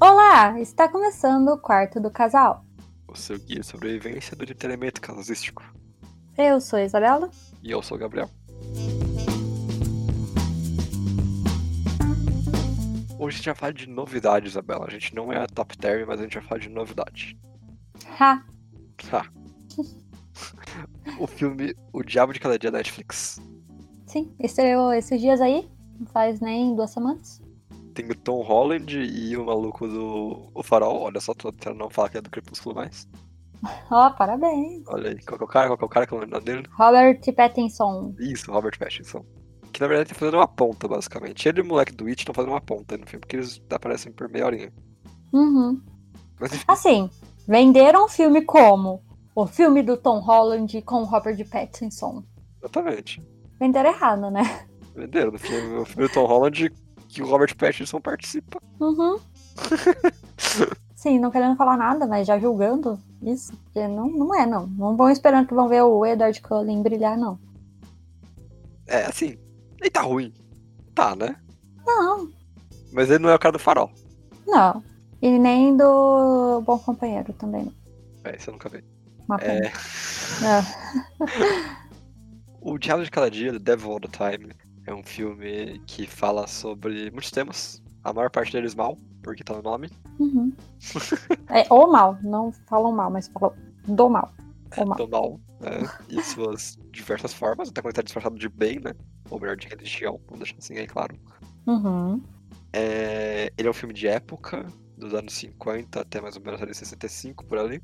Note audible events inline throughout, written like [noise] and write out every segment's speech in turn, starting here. Olá, está começando o quarto do casal. O seu guia de sobrevivência do entretenimento casalístico. Eu sou a Isabela. E eu sou o Gabriel. Hoje a gente vai falar de novidade, Isabela. A gente não é a top term, mas a gente vai falar de novidade. Ha! Ha. o filme O Diabo de Cada Dia da Netflix. Sim, estreou esses dias aí, não faz nem duas semanas. Tem o Tom Holland e o maluco do o Farol. Olha só, tô tentando não falar que é do Crepúsculo mais. Ó, parabéns. Olha aí, qual que é o cara? Qual que é o cara que é o nome dele? Robert Pattinson. Isso, Robert Pattinson. Que na verdade tá fazendo uma ponta, basicamente. Ele e o moleque do It estão fazendo uma ponta no filme, porque eles aparecem por meia horinha. Uhum. Mas enfim, Assim, venderam o filme como o filme do Tom Holland com o Robert Pattinson. exatamente. Venderam errado, né? Venderam no filme, o filme do Tom Holland que o Robert Pattinson participa. Uhum. Sim, não querendo falar nada, mas já julgando isso, porque não, não é, não. Não vão esperando que vão ver o Edward Cullen brilhar, não. É, assim, ele tá ruim. Tá, né? Não, Mas ele não é o cara do farol. não. E nem do Bom Companheiro também. não. É, isso eu nunca vi. Uma É. pena. É. O Diabo de Cada Dia, The Devil All the Time, é um filme que fala sobre muitos temas. A maior parte deles mal, porque tá no nome. Uhum. É, ou mal, não falam mal, mas falam do mal. Ou mal. Do mal, né? E suas diversas formas, até quando ele tá disfarçado de bem, né? Ou melhor, de religião, vamos deixar assim aí claro. Uhum. É, ele é um filme de época, dos anos 50 até mais ou menos ali 65, por ali.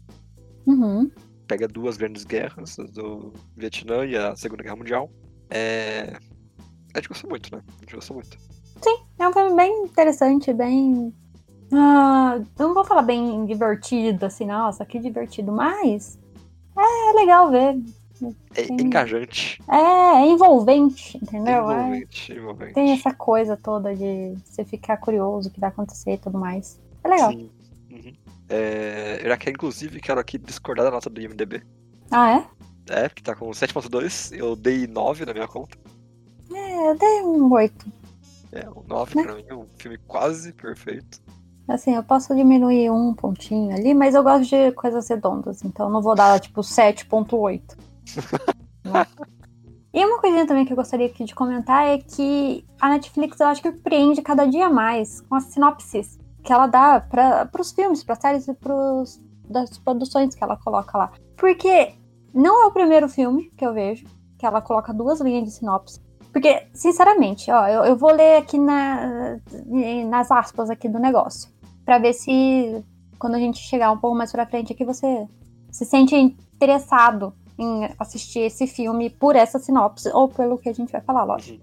Uhum. pega duas grandes guerras, a do Vietnã e a Segunda Guerra Mundial. É. A gente gostou muito, né? A gente gostou muito. É um filme bem interessante, bem. ah, eu não vou falar bem divertido, assim, nossa, que divertido, mas é legal ver. É Sim. engajante, É, é envolvente, entendeu? É, envolvente, envolvente. tem essa coisa toda de você ficar curioso o que vai acontecer e tudo mais. É legal. Sim. Uhum. É, eu já quero, inclusive, quero aqui discordar da nota do IMDB. Ah, é? É, porque tá com 7.2, eu dei 9 na minha conta. É, eu dei um oito. É, um 9 pra mim, é um filme quase perfeito. Assim, eu posso diminuir um pontinho ali, mas eu gosto de coisas redondas, então eu não vou dar tipo 7.8. Né? e uma coisinha também que eu gostaria aqui de comentar é que a Netflix eu acho que prende cada dia mais com as sinopses que ela dá para os filmes, para séries e pros, das produções que ela coloca lá. Porque não é o primeiro filme que eu vejo que ela coloca duas linhas de sinopse. Porque, sinceramente, ó, eu, eu vou ler aqui na- nas aspas aqui do negócio. Pra ver se quando a gente chegar um pouco mais pra frente aqui, você se sente interessado em assistir esse filme por essa sinopse ou pelo que a gente vai falar, lógico.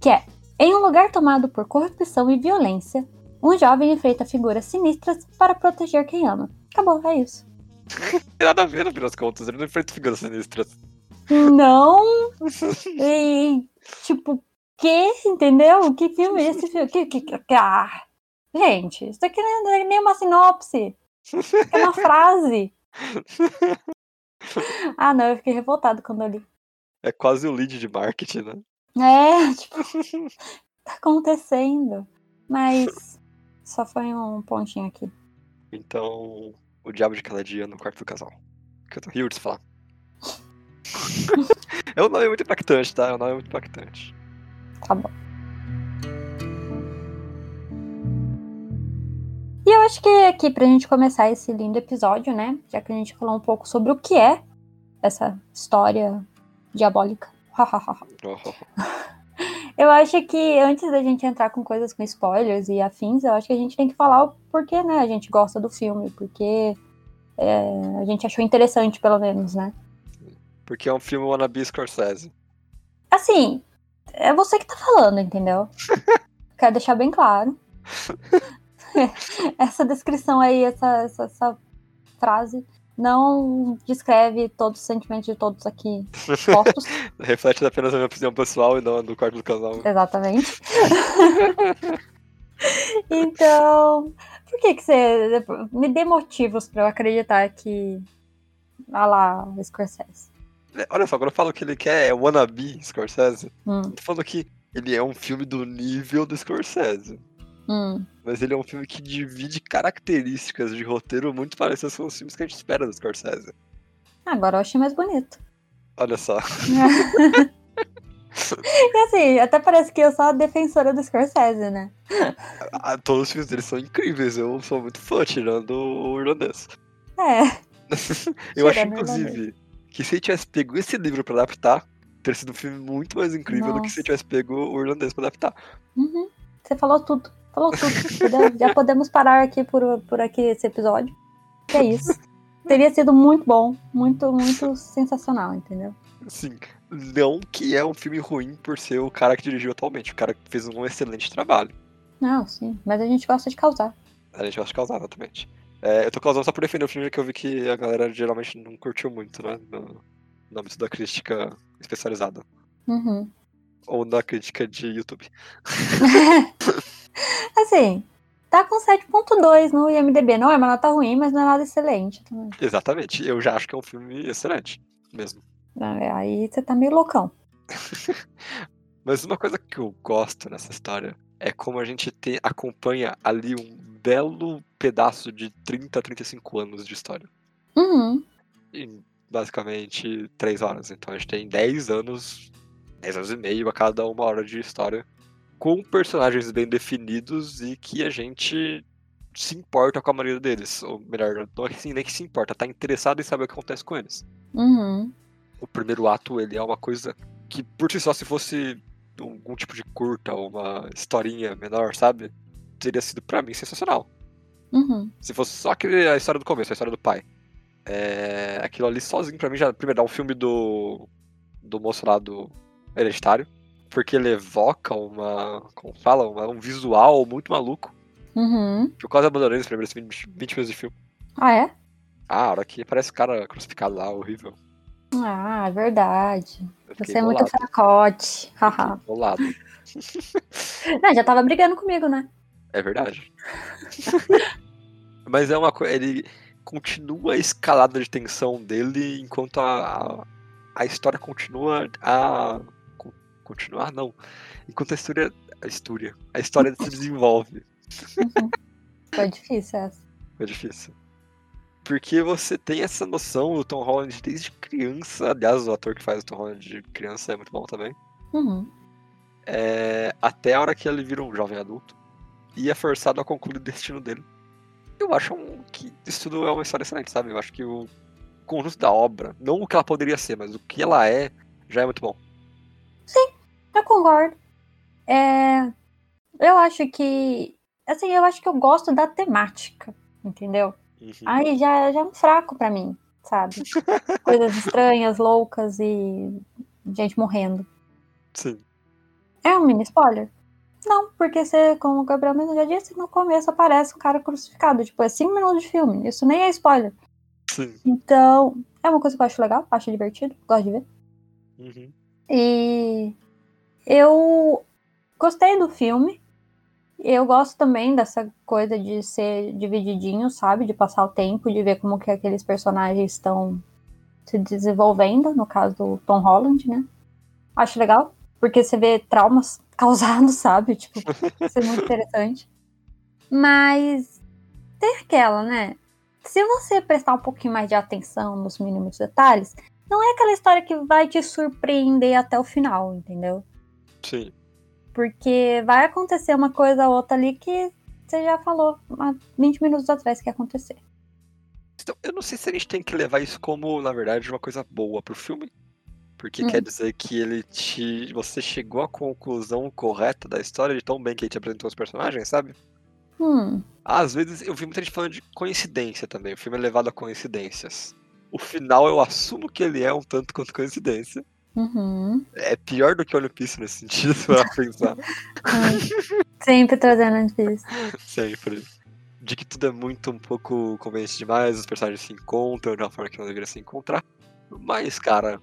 Que é: Em um lugar tomado por corrupção e violência, um jovem enfrenta figuras sinistras para proteger quem ama. Acabou, é isso. Não tem nada a ver, no final das contas, ele não enfrenta figuras sinistras. Não! E, tipo, que? Entendeu? Que filme é esse filme? Que, que, que- que- ah. Gente, isso aqui não é nem uma sinopse. É uma frase. Ah, não, eu fiquei revoltado quando eu li. É quase o lead de marketing, né? É, tipo, tá acontecendo. Mas só foi um pontinho aqui. Então, o diabo de cada dia no quarto do casal. Que eu tô rindo de se falar. [laughs] é um nome muito impactante, tá? É um nome muito impactante. Tá bom. E eu acho que aqui, pra gente começar esse lindo episódio, né? Já que a gente falou um pouco sobre o que é essa história diabólica. [laughs] Oh, oh, oh. eu acho que antes da gente entrar com coisas com spoilers e afins, eu acho que a gente tem que falar o porquê, né? A gente gosta do filme, porque é, a gente achou interessante, pelo menos, né? Porque é um filme wannabe Scorsese. Assim, é você que tá falando, entendeu? Quero deixar bem claro. [laughs] essa descrição aí, essa, essa, essa frase, não descreve todos os sentimentos de todos aqui postos. Reflete apenas a minha opinião pessoal e não a do quarto do casal. Exatamente. [laughs] então, por que que você... Me dê motivos pra eu acreditar que... Ah lá, o Scorsese. É, Olha só, quando eu falo que ele quer é wannabe Scorsese, Hum, eu tô falando que ele é um filme do nível do Scorsese. Hum. Mas ele é um filme que divide características de roteiro muito parecidas com os filmes que a gente espera do Scorsese. Agora eu achei mais bonito. Olha só. [laughs] E assim, até parece que eu sou a defensora do Scorsese, né? Ah, Todos os filmes dele são incríveis, eu sou muito fã, tirando o irlandês. É. Eu acho, Tirando o irlandês. inclusive, que se ele tivesse pego esse livro pra adaptar, teria sido um filme muito mais incrível do que se Nossa. ele tivesse pego o irlandês pra adaptar. Uhum. Você falou tudo. Falou tudo. [laughs] Pode- Já podemos parar aqui por, por aqui esse episódio. Que é isso. Teria sido muito bom. Muito, muito sensacional, entendeu? Sim, não que é um filme ruim por ser o cara que dirigiu atualmente, o cara que fez um excelente trabalho. Não, sim. Mas a gente gosta de causar. A gente gosta de causar, exatamente. É, eu tô causando só por defender o filme que eu vi que a galera geralmente não curtiu muito, né? No, no âmbito da crítica especializada. Uhum. Ou na crítica de YouTube. Assim, tá com 7.2 no IMDB. Não é uma nota ruim, mas não é nada excelente também. Exatamente, eu já acho que é um filme excelente, mesmo. Não, é- Aí você tá meio loucão. Mas uma coisa que eu gosto nessa história é como a gente te- acompanha ali um belo pedaço de 30, 35 anos de história. Uhum. em basicamente três horas. Então a gente tem 10 anos, 10 anos e meio a cada uma hora de história, com personagens bem definidos e que a gente se importa com a maioria deles. Ou melhor, não é assim, nem que se importa, tá interessado em saber o que acontece com eles. Uhum. O primeiro ato, ele é uma coisa que por si só, se fosse algum tipo de curta ou uma historinha menor, sabe? Teria sido pra mim sensacional. Uhum. Se fosse só aquele, a história do começo, a história do pai. É, aquilo ali sozinho pra mim já. Primeiro, dá um filme do. do moço lá do Hereditário. Porque ele evoca uma. Como fala? Uma- um visual muito maluco. Uhum. Que eu quase abandonei nos primeiros 20, 20 minutos de filme. Ah, é? Ah, a hora que aparece o cara crucificado lá, horrível. Ah, é verdade. Eu Você fiquei é muito bolado, fracote. Haha. [laughs] fiquei bolado. Não, já tava brigando comigo, né? É verdade. [laughs] Mas é uma coisa. Ele continua a escalada de tensão dele enquanto a, a, a história continua a. co- Continuar, não. Enquanto a história. A história. A história se desenvolve. Foi difícil essa. É difícil. Porque você tem essa noção do Tom Holland desde criança. Aliás, o ator que faz o Tom Holland de criança é muito bom também. Uhum. É, até a hora que ele vira um jovem adulto e é forçado a concluir o destino dele. Eu acho um- que isso tudo é uma história excelente, sabe? Eu acho que o conjunto da obra, não o que ela poderia ser, mas o que ela é, já é muito bom. Eu concordo. É, Eu acho que. Assim, eu acho que eu gosto da temática, entendeu? Uhum. Aí já, já é um fraco pra mim, [laughs] sabe? Coisas estranhas, loucas e gente morrendo. Sim. É um mini spoiler? Não, porque você, como o Gabriel mesmo já disse, no começo aparece o cara crucificado. Tipo, é 5 minutos de filme. Isso nem é spoiler. Sim. Então, é uma coisa que eu acho legal, acho divertido, gosto de ver. Uhum. E eu gostei do filme. Eu gosto também dessa coisa de ser divididinho, sabe? De passar o tempo, de ver como que aqueles personagens estão se desenvolvendo, no caso do Tom Holland, né? Acho legal, porque você vê traumas [laughs] causados, sabe? Tipo, isso é muito interessante. Mas tem aquela, né? Se você prestar um pouquinho mais de atenção nos mínimos detalhes, não é aquela história que vai te surpreender até o final, entendeu? Sim. Porque vai acontecer uma coisa ou outra ali que você já falou há 20 minutos atrás que ia acontecer. Então, eu não sei se a gente tem que levar isso como, na verdade, uma coisa boa pro filme. Porque Hum. quer dizer que ele te. Você chegou à conclusão correta da história de tão bem que ele te apresentou os personagens, sabe? Hum, Às vezes eu vi muita gente falando de coincidência também. O filme é levado a coincidências. O final eu assumo que ele é um tanto quanto coincidência. uhum. É pior do que One Piece nesse sentido, [laughs] se eu pensar Hum. Sempre trazendo antes. sempre. De que tudo é muito um pouco conveniente demais, os personagens se encontram de uma forma que não deveria se encontrar. Mas, cara,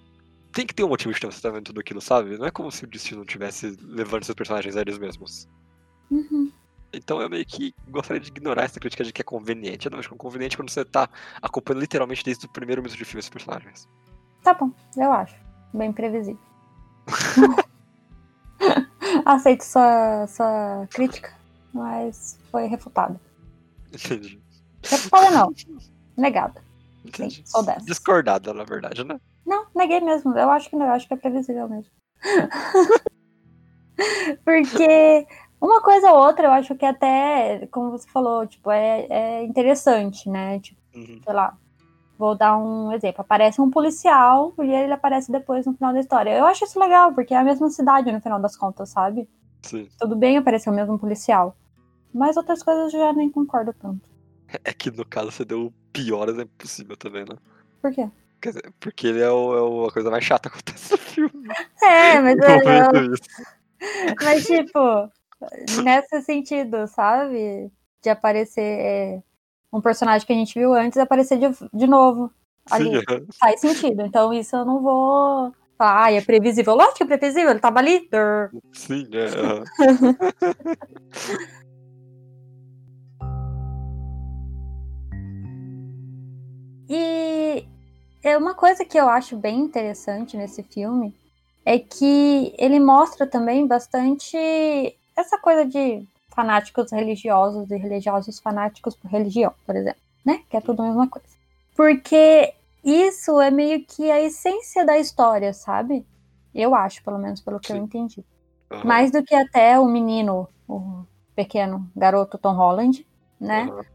tem que ter um motivo de estar fazendo tudo aquilo, sabe? Não é como se o destino tivesse levando seus personagens a eles mesmos. Uhum. Então eu meio que gostaria de ignorar essa crítica de que é conveniente. Eu não acho que é conveniente quando você tá acompanhando literalmente desde o primeiro minuto de filme esses personagens. Tá bom, eu acho. Bem previsível. Aceito sua, sua crítica. mas foi refutada. Entendi. Refutada não, negada. Entendi. sou dessa. Discordada, na verdade, né? Não, neguei mesmo. Eu acho que não, eu acho que é previsível mesmo. [laughs] Porque uma coisa ou outra, eu acho que até, como você falou, tipo, é, é interessante, né? Tipo, Uhum. sei lá, vou dar um exemplo. Aparece um policial e ele aparece depois no final da história. Eu acho isso legal, porque é a mesma cidade no final das contas, sabe? Sim. Tudo bem aparecer o mesmo policial. Mas outras coisas eu já nem concordo tanto. É que no caso você deu o pior exemplo possível também, né? Por quê? Quer dizer, porque ele é, o, é o- a coisa mais chata que acontece no filme. [laughs] É, mas, Eu comento isso. mas tipo, nesse sentido, sabe? De aparecer é, um personagem que a gente viu antes aparecer de, de novo. Ali. Sim, é. aham. Faz sentido. Então isso eu não vou. falar, Ah, é previsível. Lógico que é previsível, ele tava ali. Durr. Sim, [laughs] é. aham. E é uma coisa que eu acho bem interessante nesse filme é que ele mostra também bastante essa coisa de fanáticos religiosos e religiosos fanáticos por religião, por exemplo, né? Que é tudo a mesma coisa. Porque isso é meio que a essência da história, sabe? Eu acho, pelo menos pelo que eu Sim. entendi. Aham, Mais do que até o menino, o pequeno garoto Tom Holland, né? aham.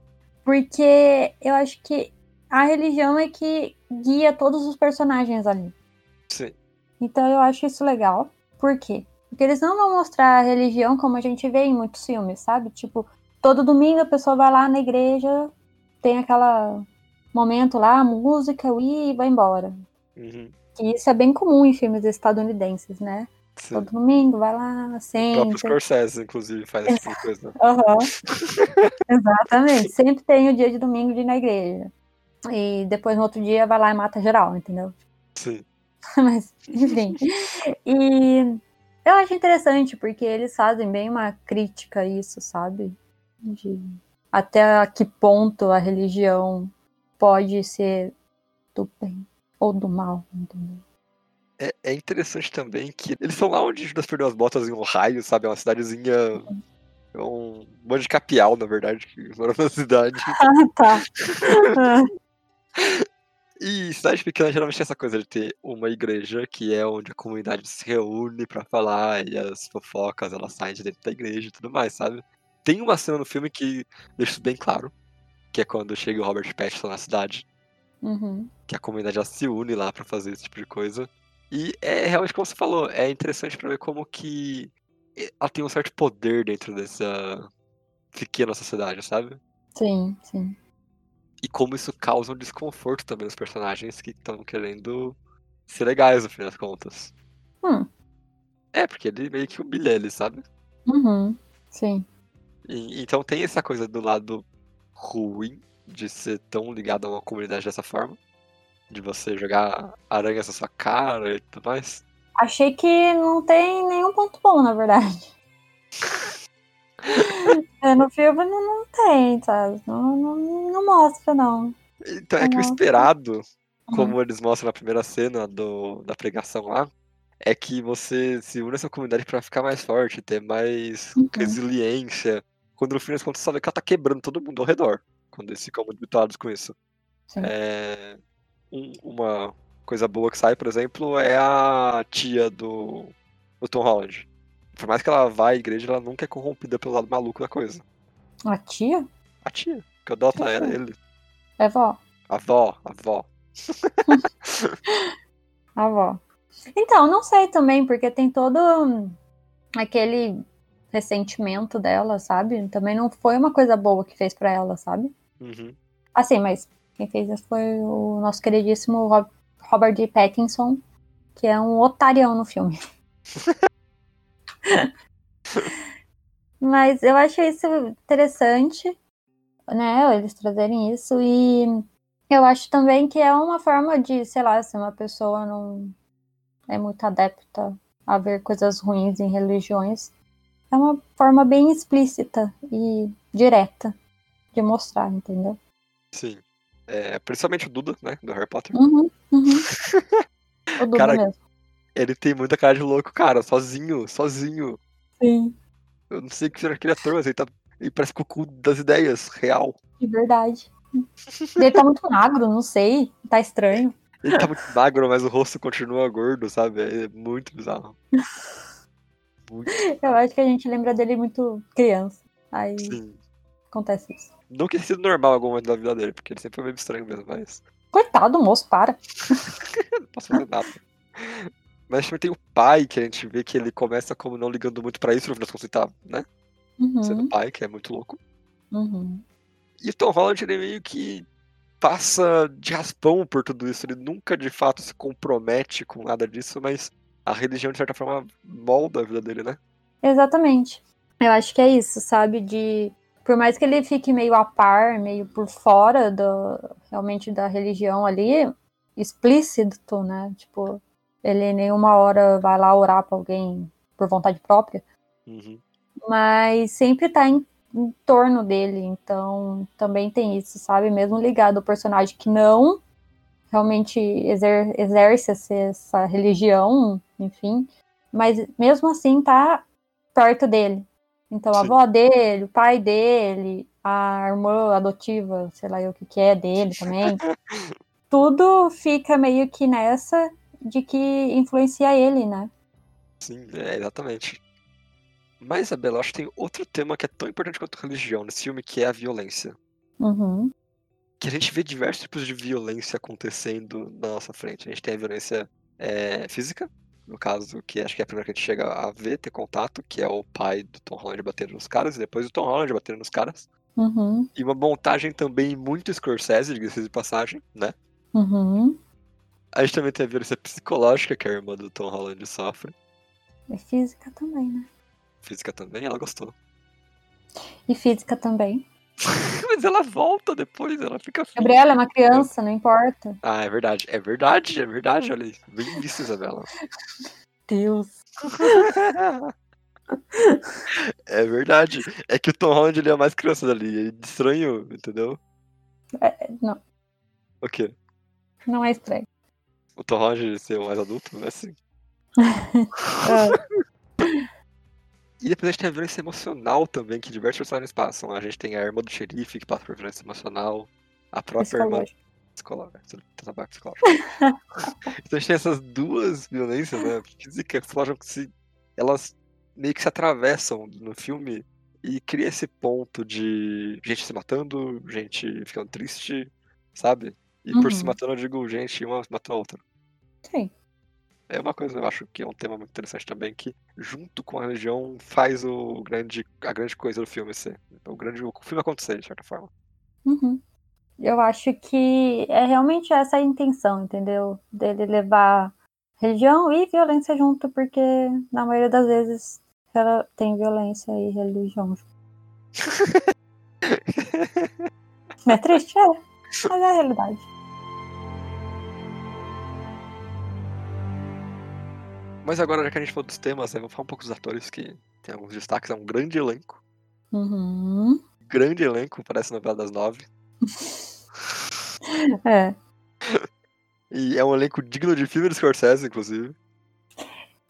Porque eu acho que a religião é que guia todos os personagens ali. Sim. Então eu acho isso legal. Por quê? Porque eles não vão mostrar a religião como a gente vê em muitos filmes, sabe? Tipo, todo domingo a pessoa vai lá na igreja, tem aquela momento lá, música, e vai embora. Uhum. E isso é bem comum em filmes estadunidenses, né? Sim. Todo domingo vai lá, O próprio senta. Scorsese, inclusive, faz esse tipo de coisa. né? [laughs] Aham. Exatamente. Sempre tem o dia de domingo de ir na igreja. E depois no outro dia vai lá e mata geral, entendeu? [laughs] Sim. Mas, enfim. E eu acho interessante, porque eles fazem bem uma crítica a isso, sabe? De até que ponto a religião pode ser do bem ou do mal, entendeu? É, é interessante também que eles são lá onde Judas perdeu as botas em Ohio, sabe? É uma cidadezinha. Uhum. é Um monte de capial, na verdade, que mora na cidade. Ah, tá. E cidade pequena geralmente tem essa coisa de ter uma igreja que é onde a comunidade se reúne pra falar e as fofocas elas saem de dentro da igreja e tudo mais, sabe? Tem uma cena no filme que deixa isso bem claro, que é quando chega o Robert Pattinson na cidade, Uhum. que a comunidade ela se une lá pra fazer esse tipo de coisa. E é realmente como você falou, é interessante pra ver como que e- ela tem um certo poder dentro dessa pequena sociedade, sabe? Sim, sim. e como isso causa um desconforto também nos personagens que estão querendo ser legais, no fim das contas. Hum. É, porque ele meio que humilha ele, sabe? Uhum. Sim. E- então tem essa coisa do lado ruim de ser tão ligado a uma comunidade dessa forma. De você jogar aranhas na sua cara e tudo mais. Achei que não tem nenhum ponto bom, na verdade. É, no filme não, não tem, sabe? Não, não, não mostra, não. Então é que o Nossa. esperado, Uhum. como eles mostram na primeira cena do- da pregação lá, é que você se une a essa comunidade pra ficar mais forte, ter mais Uhum. resiliência. Quando no fim das contas você sabe que ela tá quebrando todo mundo ao redor. Quando eles ficam muito habituados com isso. Sim. É, um- uma coisa boa que sai, por exemplo, é a tia do, do Tom Holland. Por mais que ela vá à igreja, ela nunca é corrompida pelo lado maluco da coisa. A tia? A tia, que adota ela, ele. É vó. A avó, a avó. A avó. Então, não sei também, porque tem todo hum, aquele ressentimento dela, sabe? Também não foi uma coisa boa que fez pra ela, sabe? Uhum. Assim, mas quem fez isso foi o nosso queridíssimo Rob- Robert D. Pattinson, que é um otarião no filme. Mas eu acho isso interessante, né? Eles trazerem isso. E eu acho também que é uma forma de, sei lá, se uma pessoa não é muito adepta a ver coisas ruins em religiões, é uma forma bem explícita e direta de mostrar, entendeu? Sim. É, principalmente o Duda, né? Do Harry Potter. Uhum, uhum. O Dudu Cara, mesmo. Ele tem muita cara de louco, cara, sozinho, sozinho. Sim. Eu não sei o que será que ele é ator, mas ele tá, E parece que o cu das ideias, real. De verdade. Ele tá muito magro, não sei. Tá estranho. Ele tá muito magro, mas o rosto continua gordo, sabe? É muito bizarro. Muito. Eu acho que a gente lembra dele muito criança. Aí Sim. acontece isso. Não que tenha sido normal algum momento da vida dele, porque ele sempre foi meio estranho mesmo, mas. Coitado, moço, para. Não posso fazer nada. Mas também tem o pai, que a gente vê que ele começa como não ligando muito pra isso, no final das contas, ele tá, né? Sendo Uhum, pai, que é muito louco. uhum. E o Tom Holland, ele meio que passa de raspão por tudo isso. Ele nunca, de fato, se compromete com nada disso, mas a religião, de certa forma, molda a vida dele, né? Exatamente. Eu acho que é isso, sabe? De. Por mais que ele fique meio a par, meio por fora do, realmente da religião ali, explícito, né? Tipo, ele nenhuma hora vai lá orar pra alguém por vontade própria. mas sempre tá em, em torno dele, então também tem isso, sabe? Mesmo ligado ao personagem que não realmente exer- exerce essa, essa religião, enfim, mas mesmo assim tá perto dele. Então a Sim. avó dele, o pai dele, a irmã adotiva, sei lá eu o que que é dele também, tudo fica meio que nessa de que influencia ele, né? Sim, é, exatamente. Mas, Isabela, eu acho que tem outro tema que é tão importante quanto religião nesse filme, que é a violência. Uhum. Que a gente vê diversos tipos de violência acontecendo na nossa frente. A gente tem a violência é, física, no caso, que acho que é a primeira que a gente chega a ver, ter contato, que é o pai do Tom Holland batendo nos caras, e depois o Tom Holland batendo nos caras. Uhum. E uma montagem também muito Scorsese, diga-se de passagem, né? Uhum. A gente também tem a violência psicológica que a irmã do Tom Holland sofre, É física também, né? física também, ela gostou. E física também. Mas ela volta depois, ela fica feliz. Gabriela é uma criança, não importa. Ah, é verdade, é verdade, é verdade, olha aí. Bem visto, Isabela. Deus. É verdade. É que o Tom Holland ele é o mais criança dali. É estranho, entendeu? não. O quê? Não é estranho. O Tom Holland ser o mais adulto, né? Assim. Ah, E depois a gente tem a violência emocional também, que diversos personagens passam. A gente tem a irmã do xerife que passa por violência emocional. A própria irmã psicológico. psicológica. um Trabalho psicológico. então a gente tem essas duas violências, né? Física e psicológica que se, elas meio que se atravessam no filme e cria esse ponto de gente se matando, gente ficando triste, sabe? E por se Uhum. matando eu digo gente, uma mata a outra. Sim. É uma coisa que eu acho que é um tema muito interessante também, que junto com a religião faz o grande, a grande coisa do filme ser. O grande o filme acontecer, de certa forma. Uhum. Eu acho que é realmente essa a intenção, entendeu? Dele levar religião e violência junto, porque na maioria das vezes ela tem violência e religião junto. é triste, é. Mas é a realidade. Mas agora, já que a gente falou dos temas, né, vamos falar um pouco dos atores, que tem alguns destaques, é um grande elenco. Uhum. grande elenco, parece novela das nove. É. E é um elenco digno de filme do Scorsese, inclusive.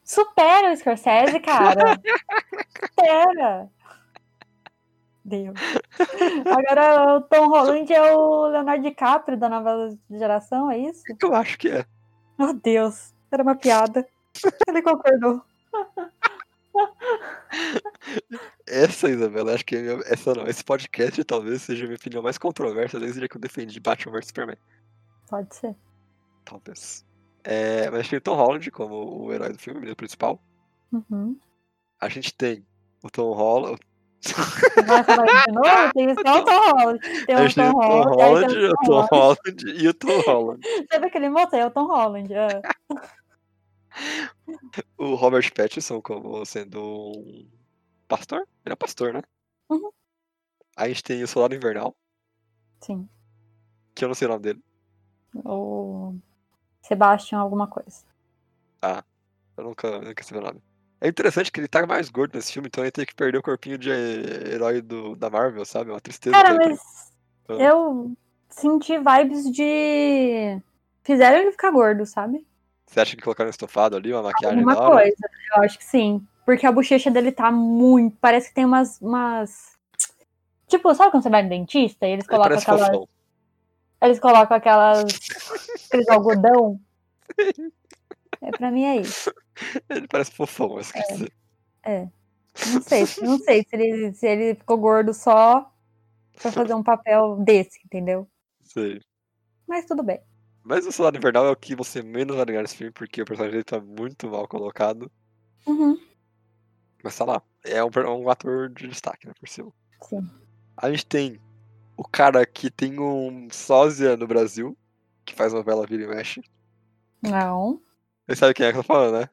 Supera o Scorsese, [laughs] cara. Supera. Deus. Agora o Tom Holland é o Leonardo DiCaprio da nova geração, é isso? Eu acho que é. Meu Deus, era uma piada. Ele concordou. Essa, Isabela, acho que é minha- essa não. Esse podcast talvez seja a minha opinião mais controversa desde o dia que eu defendi Batman vs Superman. Pode ser. Talvez. É, mas tem o Tom Holland como o herói do filme, o principal. Uhum. A gente tem o Tom Holland. Vai falar isso de novo? Tem só o Tom Holland. Tem A o gente tem Tom o Tom Holland. aí Holland, tem o Tom Holland e o Tom Holland. Sabe aquele moço? É o Tom Holland. é. O Robert Pattinson como sendo um pastor? Ele é um pastor, né? Uhum. A gente tem o Soldado Invernal, Sim. que eu não sei o nome dele. O Sebastian alguma coisa. Eu nunca, nunca sei o nome. É interessante que ele tá mais gordo nesse filme, então ele tem que perder o corpinho de herói do, da Marvel, sabe? É uma tristeza. Cara, pra ele. mas eu senti vibes de. Fizeram ele ficar gordo, sabe? Você acha que colocaram um estofado ali, uma maquiagem Alguma da hora? coisa. Eu acho que sim. Porque a bochecha dele tá muito. Parece que tem umas. umas Tipo, sabe quando você vai no dentista e eles Ele colocam parece aquelas. fofão. [laughs] Eles colocam aquelas. aqueles algodão. É, pra mim é isso. Ele parece fofão, mas quer É. dizer. Não sei, não sei se ele, se ele ficou gordo só pra fazer um papel desse, entendeu? Sei. Mas tudo bem. Mas o Soldado Invernal é o que você menos vai ligar nesse filme, porque o personagem dele tá muito mal colocado. Uhum. Mas tá lá, é um, per- um ator de destaque, né, por cima. Sim. A gente tem o cara que tem um sósia no Brasil, que faz novela Vira e Mexe. Não. Você sabe quem é que eu tô falando, né?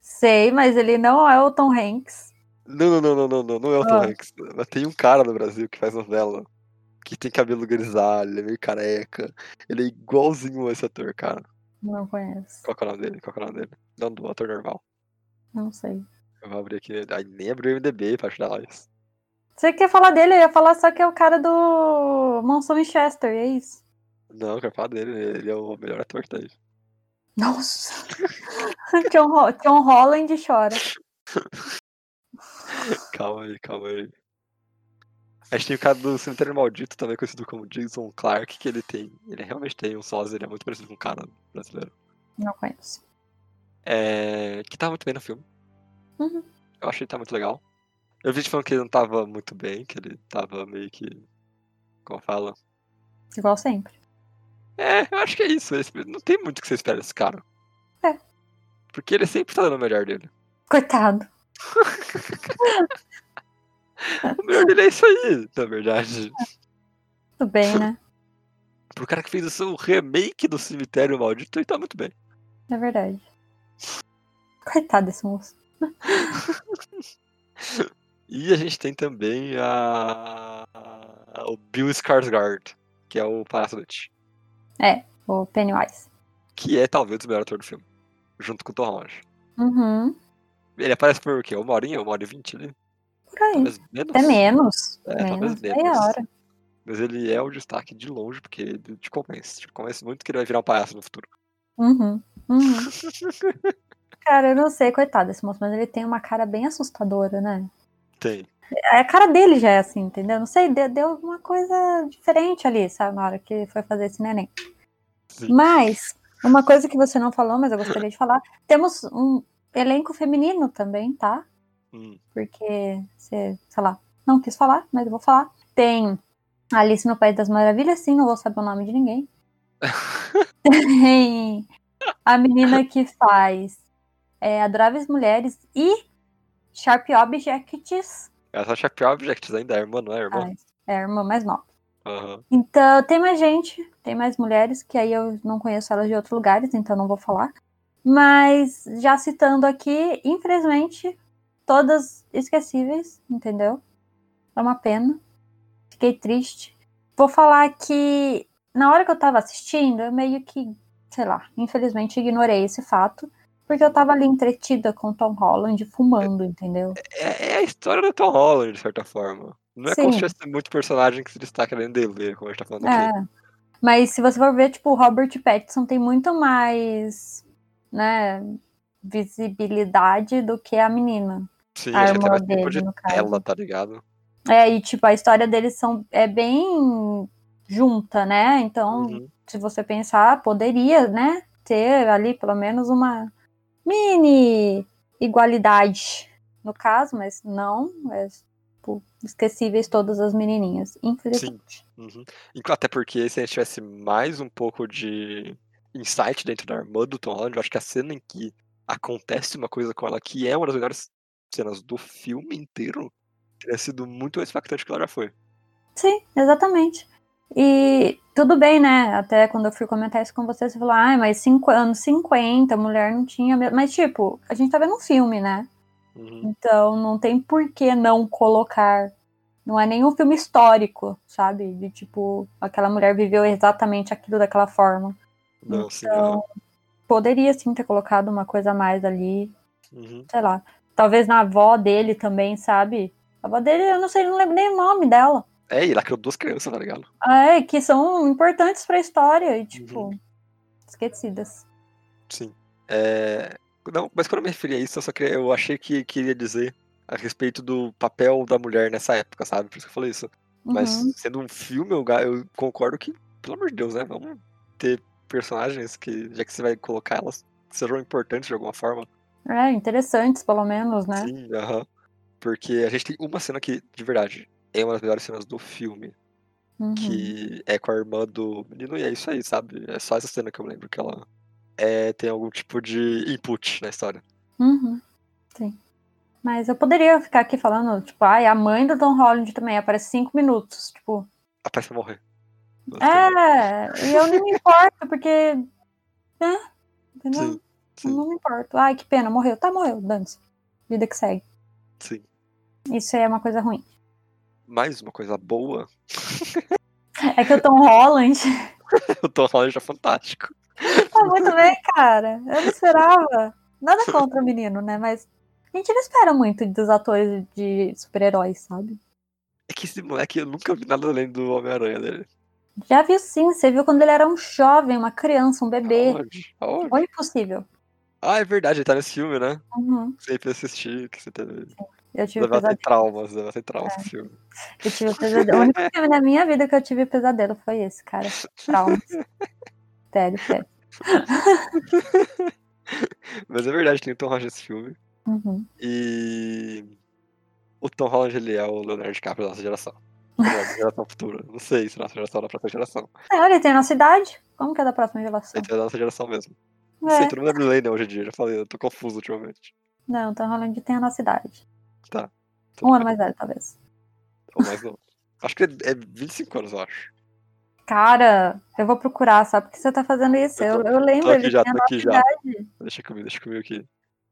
Sei, mas ele não é o Tom Hanks. Não, não, não, não, não, não, não é o Tom Ah. Hanks. Mas tem um cara no Brasil que faz novela, que tem cabelo grisalho, ele é meio careca. Ele é igualzinho a esse ator, cara. Não conheço. Qual que é o nome dele? Qual que é o nome dele? Não, do ator normal. Não sei. Eu vou abrir aqui. Ai, nem abri o MDB pra ajudar nós. Você quer falar dele? Eu ia falar só que é o cara do Monson Winchester, e é isso. Não, eu quero falar dele. Ele é o melhor ator que tá aí. [laughs] Nossa! [laughs] John, Ho John Holland chora. Calma aí, calma aí. A gente tem o cara do Cemitério Maldito, também conhecido como Jason Clark, que ele tem. Ele realmente tem um sósia, ele é muito parecido com um cara brasileiro. Não conheço. É, que tá muito bem no filme. Uhum. Eu achei que tá muito legal. Eu vi gente falando que ele não tava muito bem, que ele tava meio que. Como fala? Igual sempre. É, eu acho que é isso. esse- Não tem muito o que você espera desse cara. É. Porque ele sempre tá dando o melhor dele. Coitado. O melhor dele é isso aí, na verdade. Tudo bem, né? Pro cara que fez o seu remake do Cemitério Maldito, ele tá muito bem. É verdade. Coitado desse moço. E a gente tem também a... a- o Bill Skarsgård, que é o Parasite, O Pennywise. que é talvez o melhor ator do filme, junto com o Tom Holland. Uhum. Ele aparece por o quê? Uma horinha, uma hora e vinte, né? Por aí. Talvez menos. Até menos. É, menos. talvez Meia menos. hora. Mas ele é o destaque de longe, porque ele te convence. Te convence muito que ele vai virar um palhaço no futuro. Uhum. Uhum. [laughs] Cara, eu não sei, coitado desse moço, mas ele tem uma cara bem assustadora, né? tem. A cara dele já é assim, entendeu? Não sei, deu, deu alguma coisa diferente ali, sabe, na hora que foi fazer esse neném. Sim. Hum. Mas, uma coisa que você não falou, mas eu gostaria de falar, temos um elenco feminino também, tá? Hum, Porque você, sei lá, não quis falar, mas eu vou falar. Tem Alice no País das Maravilhas, sim, não vou saber o nome de ninguém. Tem a menina que faz é, Adoráveis Mulheres e Sharp Objects. Ela só acha pior Objects ainda, é a irmã, não é, irmã? Ah, é a irmã mais nova. Aham. Então, tem mais gente, tem mais mulheres, que aí eu não conheço elas de outros lugares, então não vou falar. Mas, já citando aqui, infelizmente, todas esquecíveis, entendeu? É uma pena. Fiquei triste. Vou falar que, na hora que eu tava assistindo, eu meio que, sei lá, infelizmente ignorei esse fato, porque eu tava ali entretida com o Tom Holland fumando, entendeu? É, é a história do Tom Holland, de certa forma. Não é como se Sim. tivesse muito personagem que se destaca dentro dele, como a gente tá falando aqui. É. Mas se você for ver, tipo, o Robert Pattinson tem muito mais, né, visibilidade do que a menina. Sim, a acho que até irmã mais tempo dele, de no caso. tela, tá ligado? É, e tipo, a história deles são, é bem junta, né? Então, Uhum. se você pensar, poderia, né, ter ali pelo menos uma mini igualdade no caso, mas não, é, tipo, esquecíveis todas as menininhas, infelizmente. Uhum. Inclu- Até porque se a gente tivesse mais um pouco de insight dentro da irmã do Tom Holland, eu acho que a cena em que acontece uma coisa com ela, que é uma das melhores cenas do filme inteiro, teria sido muito mais impactante que ela já foi. Sim, exatamente. E tudo bem, né? Até quando eu fui comentar isso com você, você falou, ai, mas cinco, anos 50, mulher não tinha. mesmo." Mas, tipo, a gente tá vendo um filme, né? Uhum. Então não tem por que não colocar. Não é nenhum filme histórico, sabe? De tipo, aquela mulher viveu exatamente aquilo daquela forma. Não, sim, Então, poderia sim ter colocado uma coisa a mais ali, é. Uhum. sei lá. Talvez na avó dele também, sabe? A avó dele, eu não sei, não lembro nem o nome dela. É, e ela criou duas crianças, tá ligado? É, que são importantes pra história Uhum. e, tipo, esquecidas. Sim. É, Não, mas quando eu me referi a isso, eu só queria... eu achei que queria dizer a respeito do papel da mulher nessa época, sabe? Por isso que eu falei isso. Mas Uhum. sendo um filme, eu, ga- eu concordo que, pelo amor de Deus, né? Vamos ter personagens que, já que você vai colocar elas, que sejam importantes de alguma forma. É, interessantes, pelo menos, né? Sim, aham. Porque a gente tem uma cena que, de verdade, é uma das melhores cenas do filme, Uhum. que é com a irmã do menino, e é isso aí, sabe? É só essa cena que eu lembro que ela é, tem algum tipo de input na história. Uhum, Sim. Mas eu poderia ficar aqui falando, tipo, ai, a mãe do Tom Holland também aparece cinco minutos. Tipo, Aparece pra morrer. basicamente. é, e eu nem me importo, porque. Né? Entendeu? Sim, sim, Não me importo. Ai, que pena, morreu. Tá, morreu, dane-se. Vida que segue. sim. Isso aí é uma coisa ruim. Mais uma coisa boa, [laughs] É que o Tom Holland o Tom Holland é fantástico. tá muito bem, cara. Eu não esperava. Nada contra o menino, né? Mas a gente não espera muito dos atores de super-heróis, sabe? É que esse moleque, eu nunca vi nada além do Homem-Aranha dele. Já viu sim, você viu quando ele era um jovem, uma criança, um bebê. Aonde? Aonde? Foi impossível. Ah, é verdade, ele tá nesse filme, né? Uhum. Sempre assisti, que você teve. Eu tive Deve ter pesadelo. traumas, deve ter traumas É. esse filme. Eu tive pesadelo. O único filme na minha vida que eu tive pesadelo foi esse, cara. Traumas. sério, sério. Mas é verdade, tem o Tom Holland nesse filme. Uhum. E. O Tom Holland, ele é o Leonardo DiCaprio da nossa geração. Ele é da geração futura. Não sei se nossa geração é da próxima geração. É, ele tem a nossa idade. Como que é da próxima geração? Ele é da nossa geração mesmo. Não sei, É. todo mundo é millennial hoje em dia, já falei, eu tô confuso ultimamente. Não, então Holland tem a nossa idade. Tô Um ano mais velho, talvez. Ou mais novo. Acho que é 25 anos, eu acho. Cara, eu vou procurar, sabe? Porque você tá fazendo isso. Eu Eu, tô- eu lembro, Tô É, aqui ele tá já, tem a tô nossa aqui já. idade. Deixa comigo, deixa comigo aqui.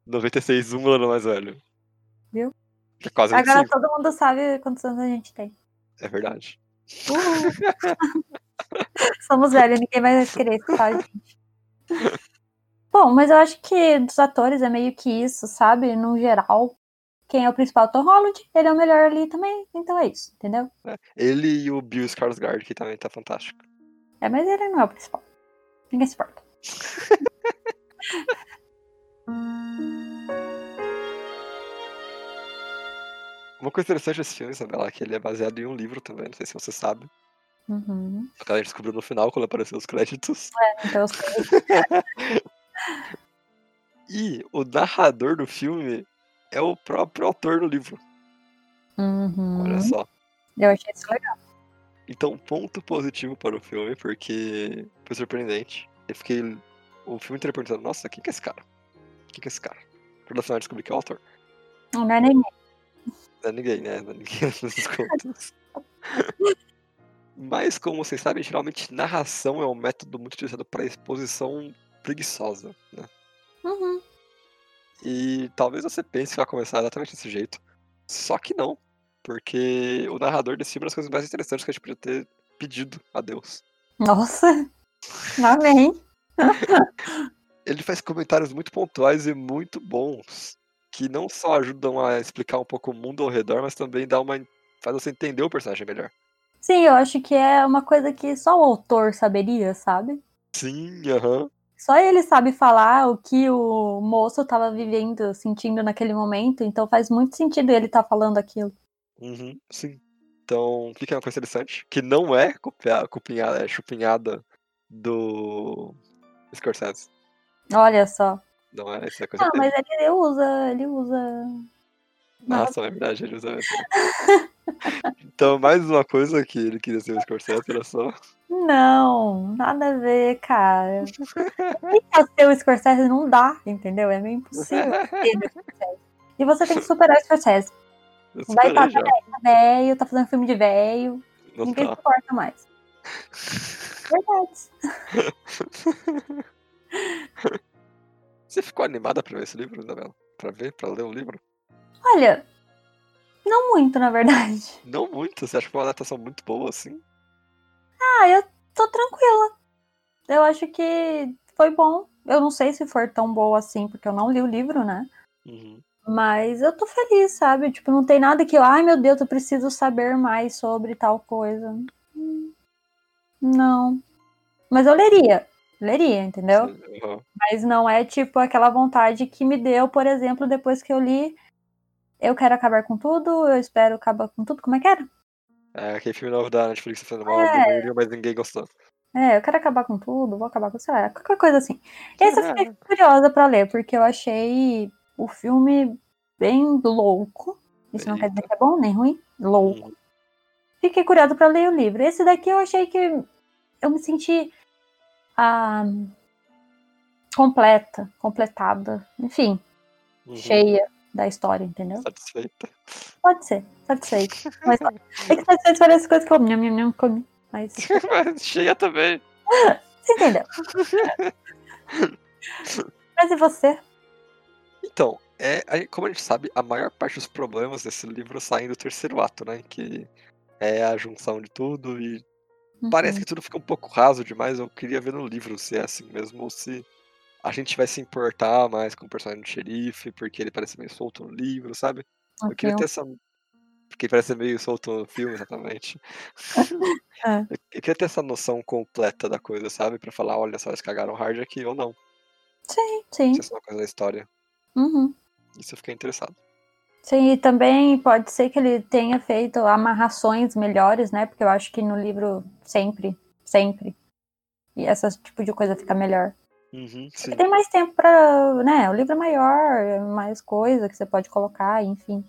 96, um ano mais velho. Viu? Que é quase Agora 25, todo mundo sabe quantos anos a gente [laughs] tem. é verdade. Uhul. Somos velhos, ninguém vai querer escutar a gente. Bom, mas eu acho que dos atores é meio que isso, sabe? No geral, quem é o principal Tom Holland, ele é o melhor ali também, então é isso, entendeu? Ele e o Bill Skarsgård, que também tá fantástico. É, mas ele não é o principal. Ninguém se importa. Uma coisa interessante desse filme, Isabela, é que ele é baseado em um livro também, não sei se você sabe. Uhum. A galera descobriu no final, quando apareceu os créditos. Então, eu sou- E o narrador do filme é o próprio autor do livro, Uhum. olha só. Eu achei isso legal. Então, ponto positivo para o filme, porque foi surpreendente. Eu fiquei o filme inteiro perguntando, nossa, quem que é esse cara? Quem que é esse cara? Pra no final descobrir que é o autor. Não é nem Não é ninguém, né? Não é ninguém [laughs] nos contos. Mas, como vocês sabem, geralmente narração é um método muito utilizado para exposição preguiçosa, né? Uhum. E talvez você pense que vai começar exatamente desse jeito. Só que não. Porque o narrador desse filme é uma das coisas mais interessantes que a gente podia ter pedido a Deus. Nossa. é Amém. Ele faz comentários muito pontuais e muito bons. Que não só ajudam a explicar um pouco o mundo ao redor, mas também dá uma. faz você entender o personagem melhor. Sim, eu acho que é uma coisa que só o autor saberia, sabe? Sim, aham. Só ele sabe falar o que o moço estava vivendo, sentindo naquele momento, então faz muito sentido ele estar falando aquilo. Uhum, sim. Então, fica uma coisa interessante, que não é copia- copinhada, é chupinhada do Scorsese. Olha só. Não é essa coisa Ah, dele. mas ele usa, ele usa. Nossa, é verdade, ele [laughs] usa mesmo. Então, mais uma coisa que ele queria ser o Scorsese, olha só. Não, nada a ver, cara. Quem quer ser o Scorsese não dá, entendeu? É meio impossível ser o Scorsese. E você tem que superar o Scorsese. Eu Vai superei já. Tá Velho, tá fazendo filme de velho, Não ninguém tá. suporta mais. Verdade. Você ficou animada pra ver esse livro, Isabela? Pra ver, pra ler o livro? Olha, não muito, na verdade. [laughs] Não muito, você acha que foi uma adaptação muito boa, assim? Ah, eu tô tranquila. Eu acho que foi bom. Eu não sei se for tão boa assim, porque eu não li o livro, né? Uhum. Mas eu tô feliz, sabe? Tipo, não tem nada que eu, ai meu Deus, eu preciso saber mais sobre tal coisa. Hum, Não. Mas eu leria. Leria, entendeu? Sim, aham. Mas não é tipo aquela vontade que me deu, por exemplo, depois que eu li Eu quero acabar com tudo, eu espero acabar com tudo. Como é que era? É aquele filme novo da Netflix tá fazendo mal, é. mas ninguém gostou. É, eu quero acabar com tudo, vou acabar com, sei lá, qualquer coisa assim. Essa eu fiquei curiosa pra ler, porque eu achei o filme bem louco. Isso não quer dizer que é bom nem ruim, louco. Fiquei curiosa pra ler o livro. Esse daqui eu achei que eu me senti ah, completa, completada, enfim, Uhum. cheia da história, entendeu? Satisfeita. [laughs] Pode ser, satisfeito. Mas é que satisfeito parece coisa que eu nham, nham, nham, comi. Mas você Mas cheia também. [laughs] entendeu. Mas e você? Então, é, aí, como a gente sabe, a maior parte dos problemas desse livro saem do terceiro ato, né? Que é a junção de tudo e Uhum. Parece que tudo fica um pouco raso demais. Eu queria ver no livro se é assim mesmo, ou se a gente vai se importar mais com o personagem do xerife, porque ele parece meio solto no livro, sabe? Uhum. Eu queria ter essa. Porque ele parece meio solto no filme, exatamente. [laughs] É. Eu eu queria ter essa noção completa da coisa, sabe? Pra falar, olha só, eles cagaram hard aqui ou não. Sim. Se isso é uma coisa da história. Uhum. Isso eu fiquei interessado. Sim, e também pode ser que ele tenha feito amarrações melhores, né? Porque eu acho que no livro sempre, sempre. E esse tipo de coisa fica melhor. Uhum, sim. Porque tem mais tempo pra. né? O livro é maior, é mais coisa que você pode colocar, enfim.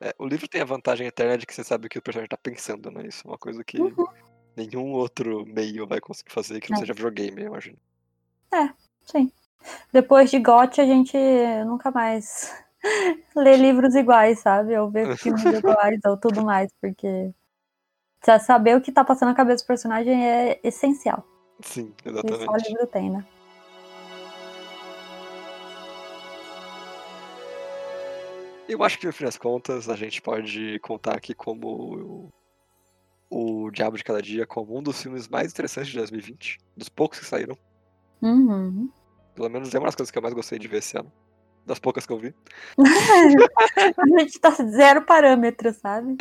É, o livro tem a vantagem eterna de que você sabe o que o personagem tá pensando, né? Isso é uma coisa que Uhum. nenhum outro meio vai conseguir fazer que não É. seja videogame, eu imagino. Depois de GOT, a gente nunca mais [laughs] lê livros iguais, sabe? Ou vê filmes iguais ou tudo mais, porque. Já saber o que tá passando na cabeça do personagem é essencial. Sim, E só o exatamente. livro tem, né? Eu acho que no fim das contas a gente pode contar aqui como o, o Diabo de Cada Dia como um dos filmes mais interessantes de 2020, dos poucos que saíram. Uhum. [laughs] Pelo menos é uma das coisas que eu mais gostei de ver esse ano. Das poucas que eu vi. A gente tá zero parâmetro, sabe?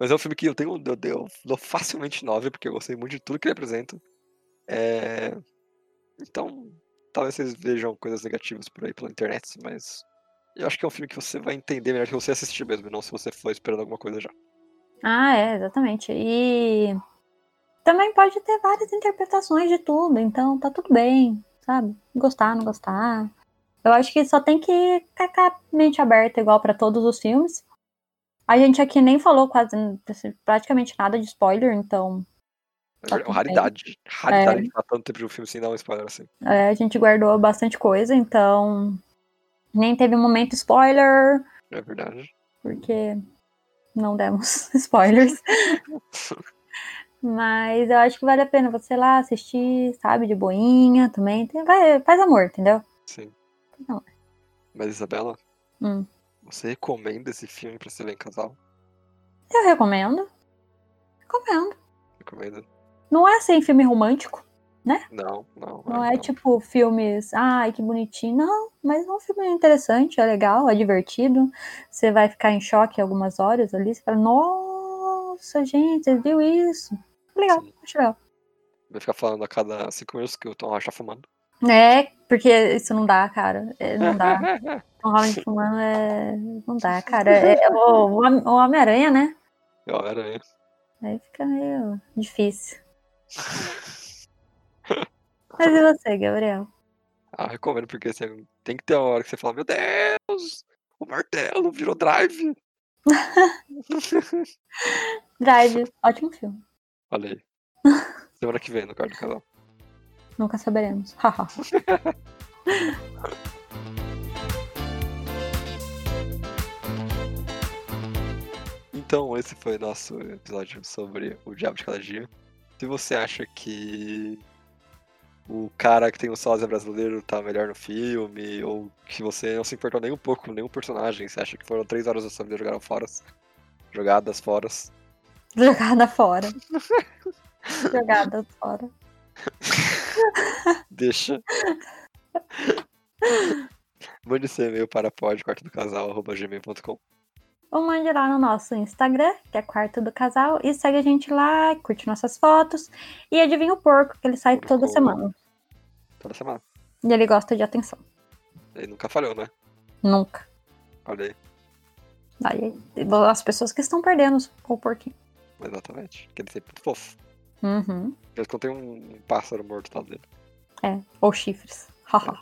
Mas é um filme que eu tenho. Eu, dei- eu dou facilmente 9, porque eu gostei muito de tudo que ele apresenta. É, Então, talvez vocês vejam coisas negativas por aí pela internet, mas. Eu acho que é um filme que você vai entender melhor se você assistir mesmo, e não se você for esperando alguma coisa já. Ah, é, exatamente. E também pode ter várias interpretações de tudo, então tá tudo bem, sabe? Gostar, não gostar. Eu acho que só tem que ficar com a mente aberta, igual pra todos os filmes. A gente aqui nem falou quase praticamente nada de spoiler, então É Tá verdade, tudo raridade. Raridade de tá tanto tempo de um filme sem dar um spoiler assim. é, a gente guardou bastante coisa, então nem teve momento spoiler, É verdade. porque não demos [laughs] spoilers. Mas eu acho que vale a pena você ir lá assistir, sabe, de boinha também. Tem- vai- faz amor, entendeu? Sim. Não. Mas Isabela, Hum. você recomenda esse filme pra se ver em casal? Eu recomendo. Recomendo. Recomenda? Não é assim filme romântico. Não, não. Não ai, é tipo filmes, ai que bonitinho. Não, mas é um filme interessante, é legal, é divertido. Você vai ficar em choque algumas horas ali. Você fala, nossa, gente, você viu isso? Legal, Sim. acho legal. Vai ficar falando a cada cinco minutos que o Tom Rocha tá fumando. É, porque isso não dá, cara. É, não [laughs] dá. Tom Holland Um fumando é. Não dá, cara. É, é o, o Hom- o Homem-Aranha, né? Eu era aí. Aí fica meio difícil. Mas e você, Gabriel? Ah, eu recomendo, porque assim, tem que ter uma hora que você fala, meu Deus! O martelo virou drive! Drive, ótimo filme. [laughs] Olha aí. Semana que vem, no quarto do casal. Nunca saberemos. Haha. Então, esse foi nosso episódio sobre o Diabo de Cada Dia. Se você acha que o cara que tem o sósia brasileiro tá melhor no filme, ou que você não se importou nem um pouco com nenhum personagem, você acha que foram três horas da sua vida jogaram fora, jogadas fora, [laughs] Jogada fora. Jogada fora. deixa. Mande seu e-mail para podquartodocasal.gmail.com Ou mande lá no nosso Instagram, que é Quarto do Casal, e segue a gente lá, curte nossas fotos. E adivinha o porco, que ele sai toda semana. toda semana. E ele gosta de atenção. Ele nunca falhou, né? Nunca. Olha aí. Aí, as pessoas que estão perdendo com o porquinho. Exatamente. Que ele sempre é muito fofo. Uhum. Eles contêm um, um pássaro morto tá dentro. É. Ou chifres. Haha.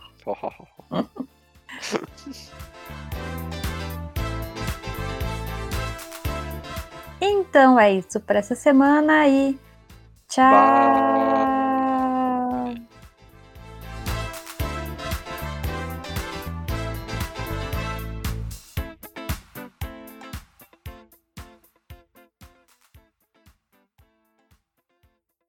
então é isso para essa semana e tchau! Bye.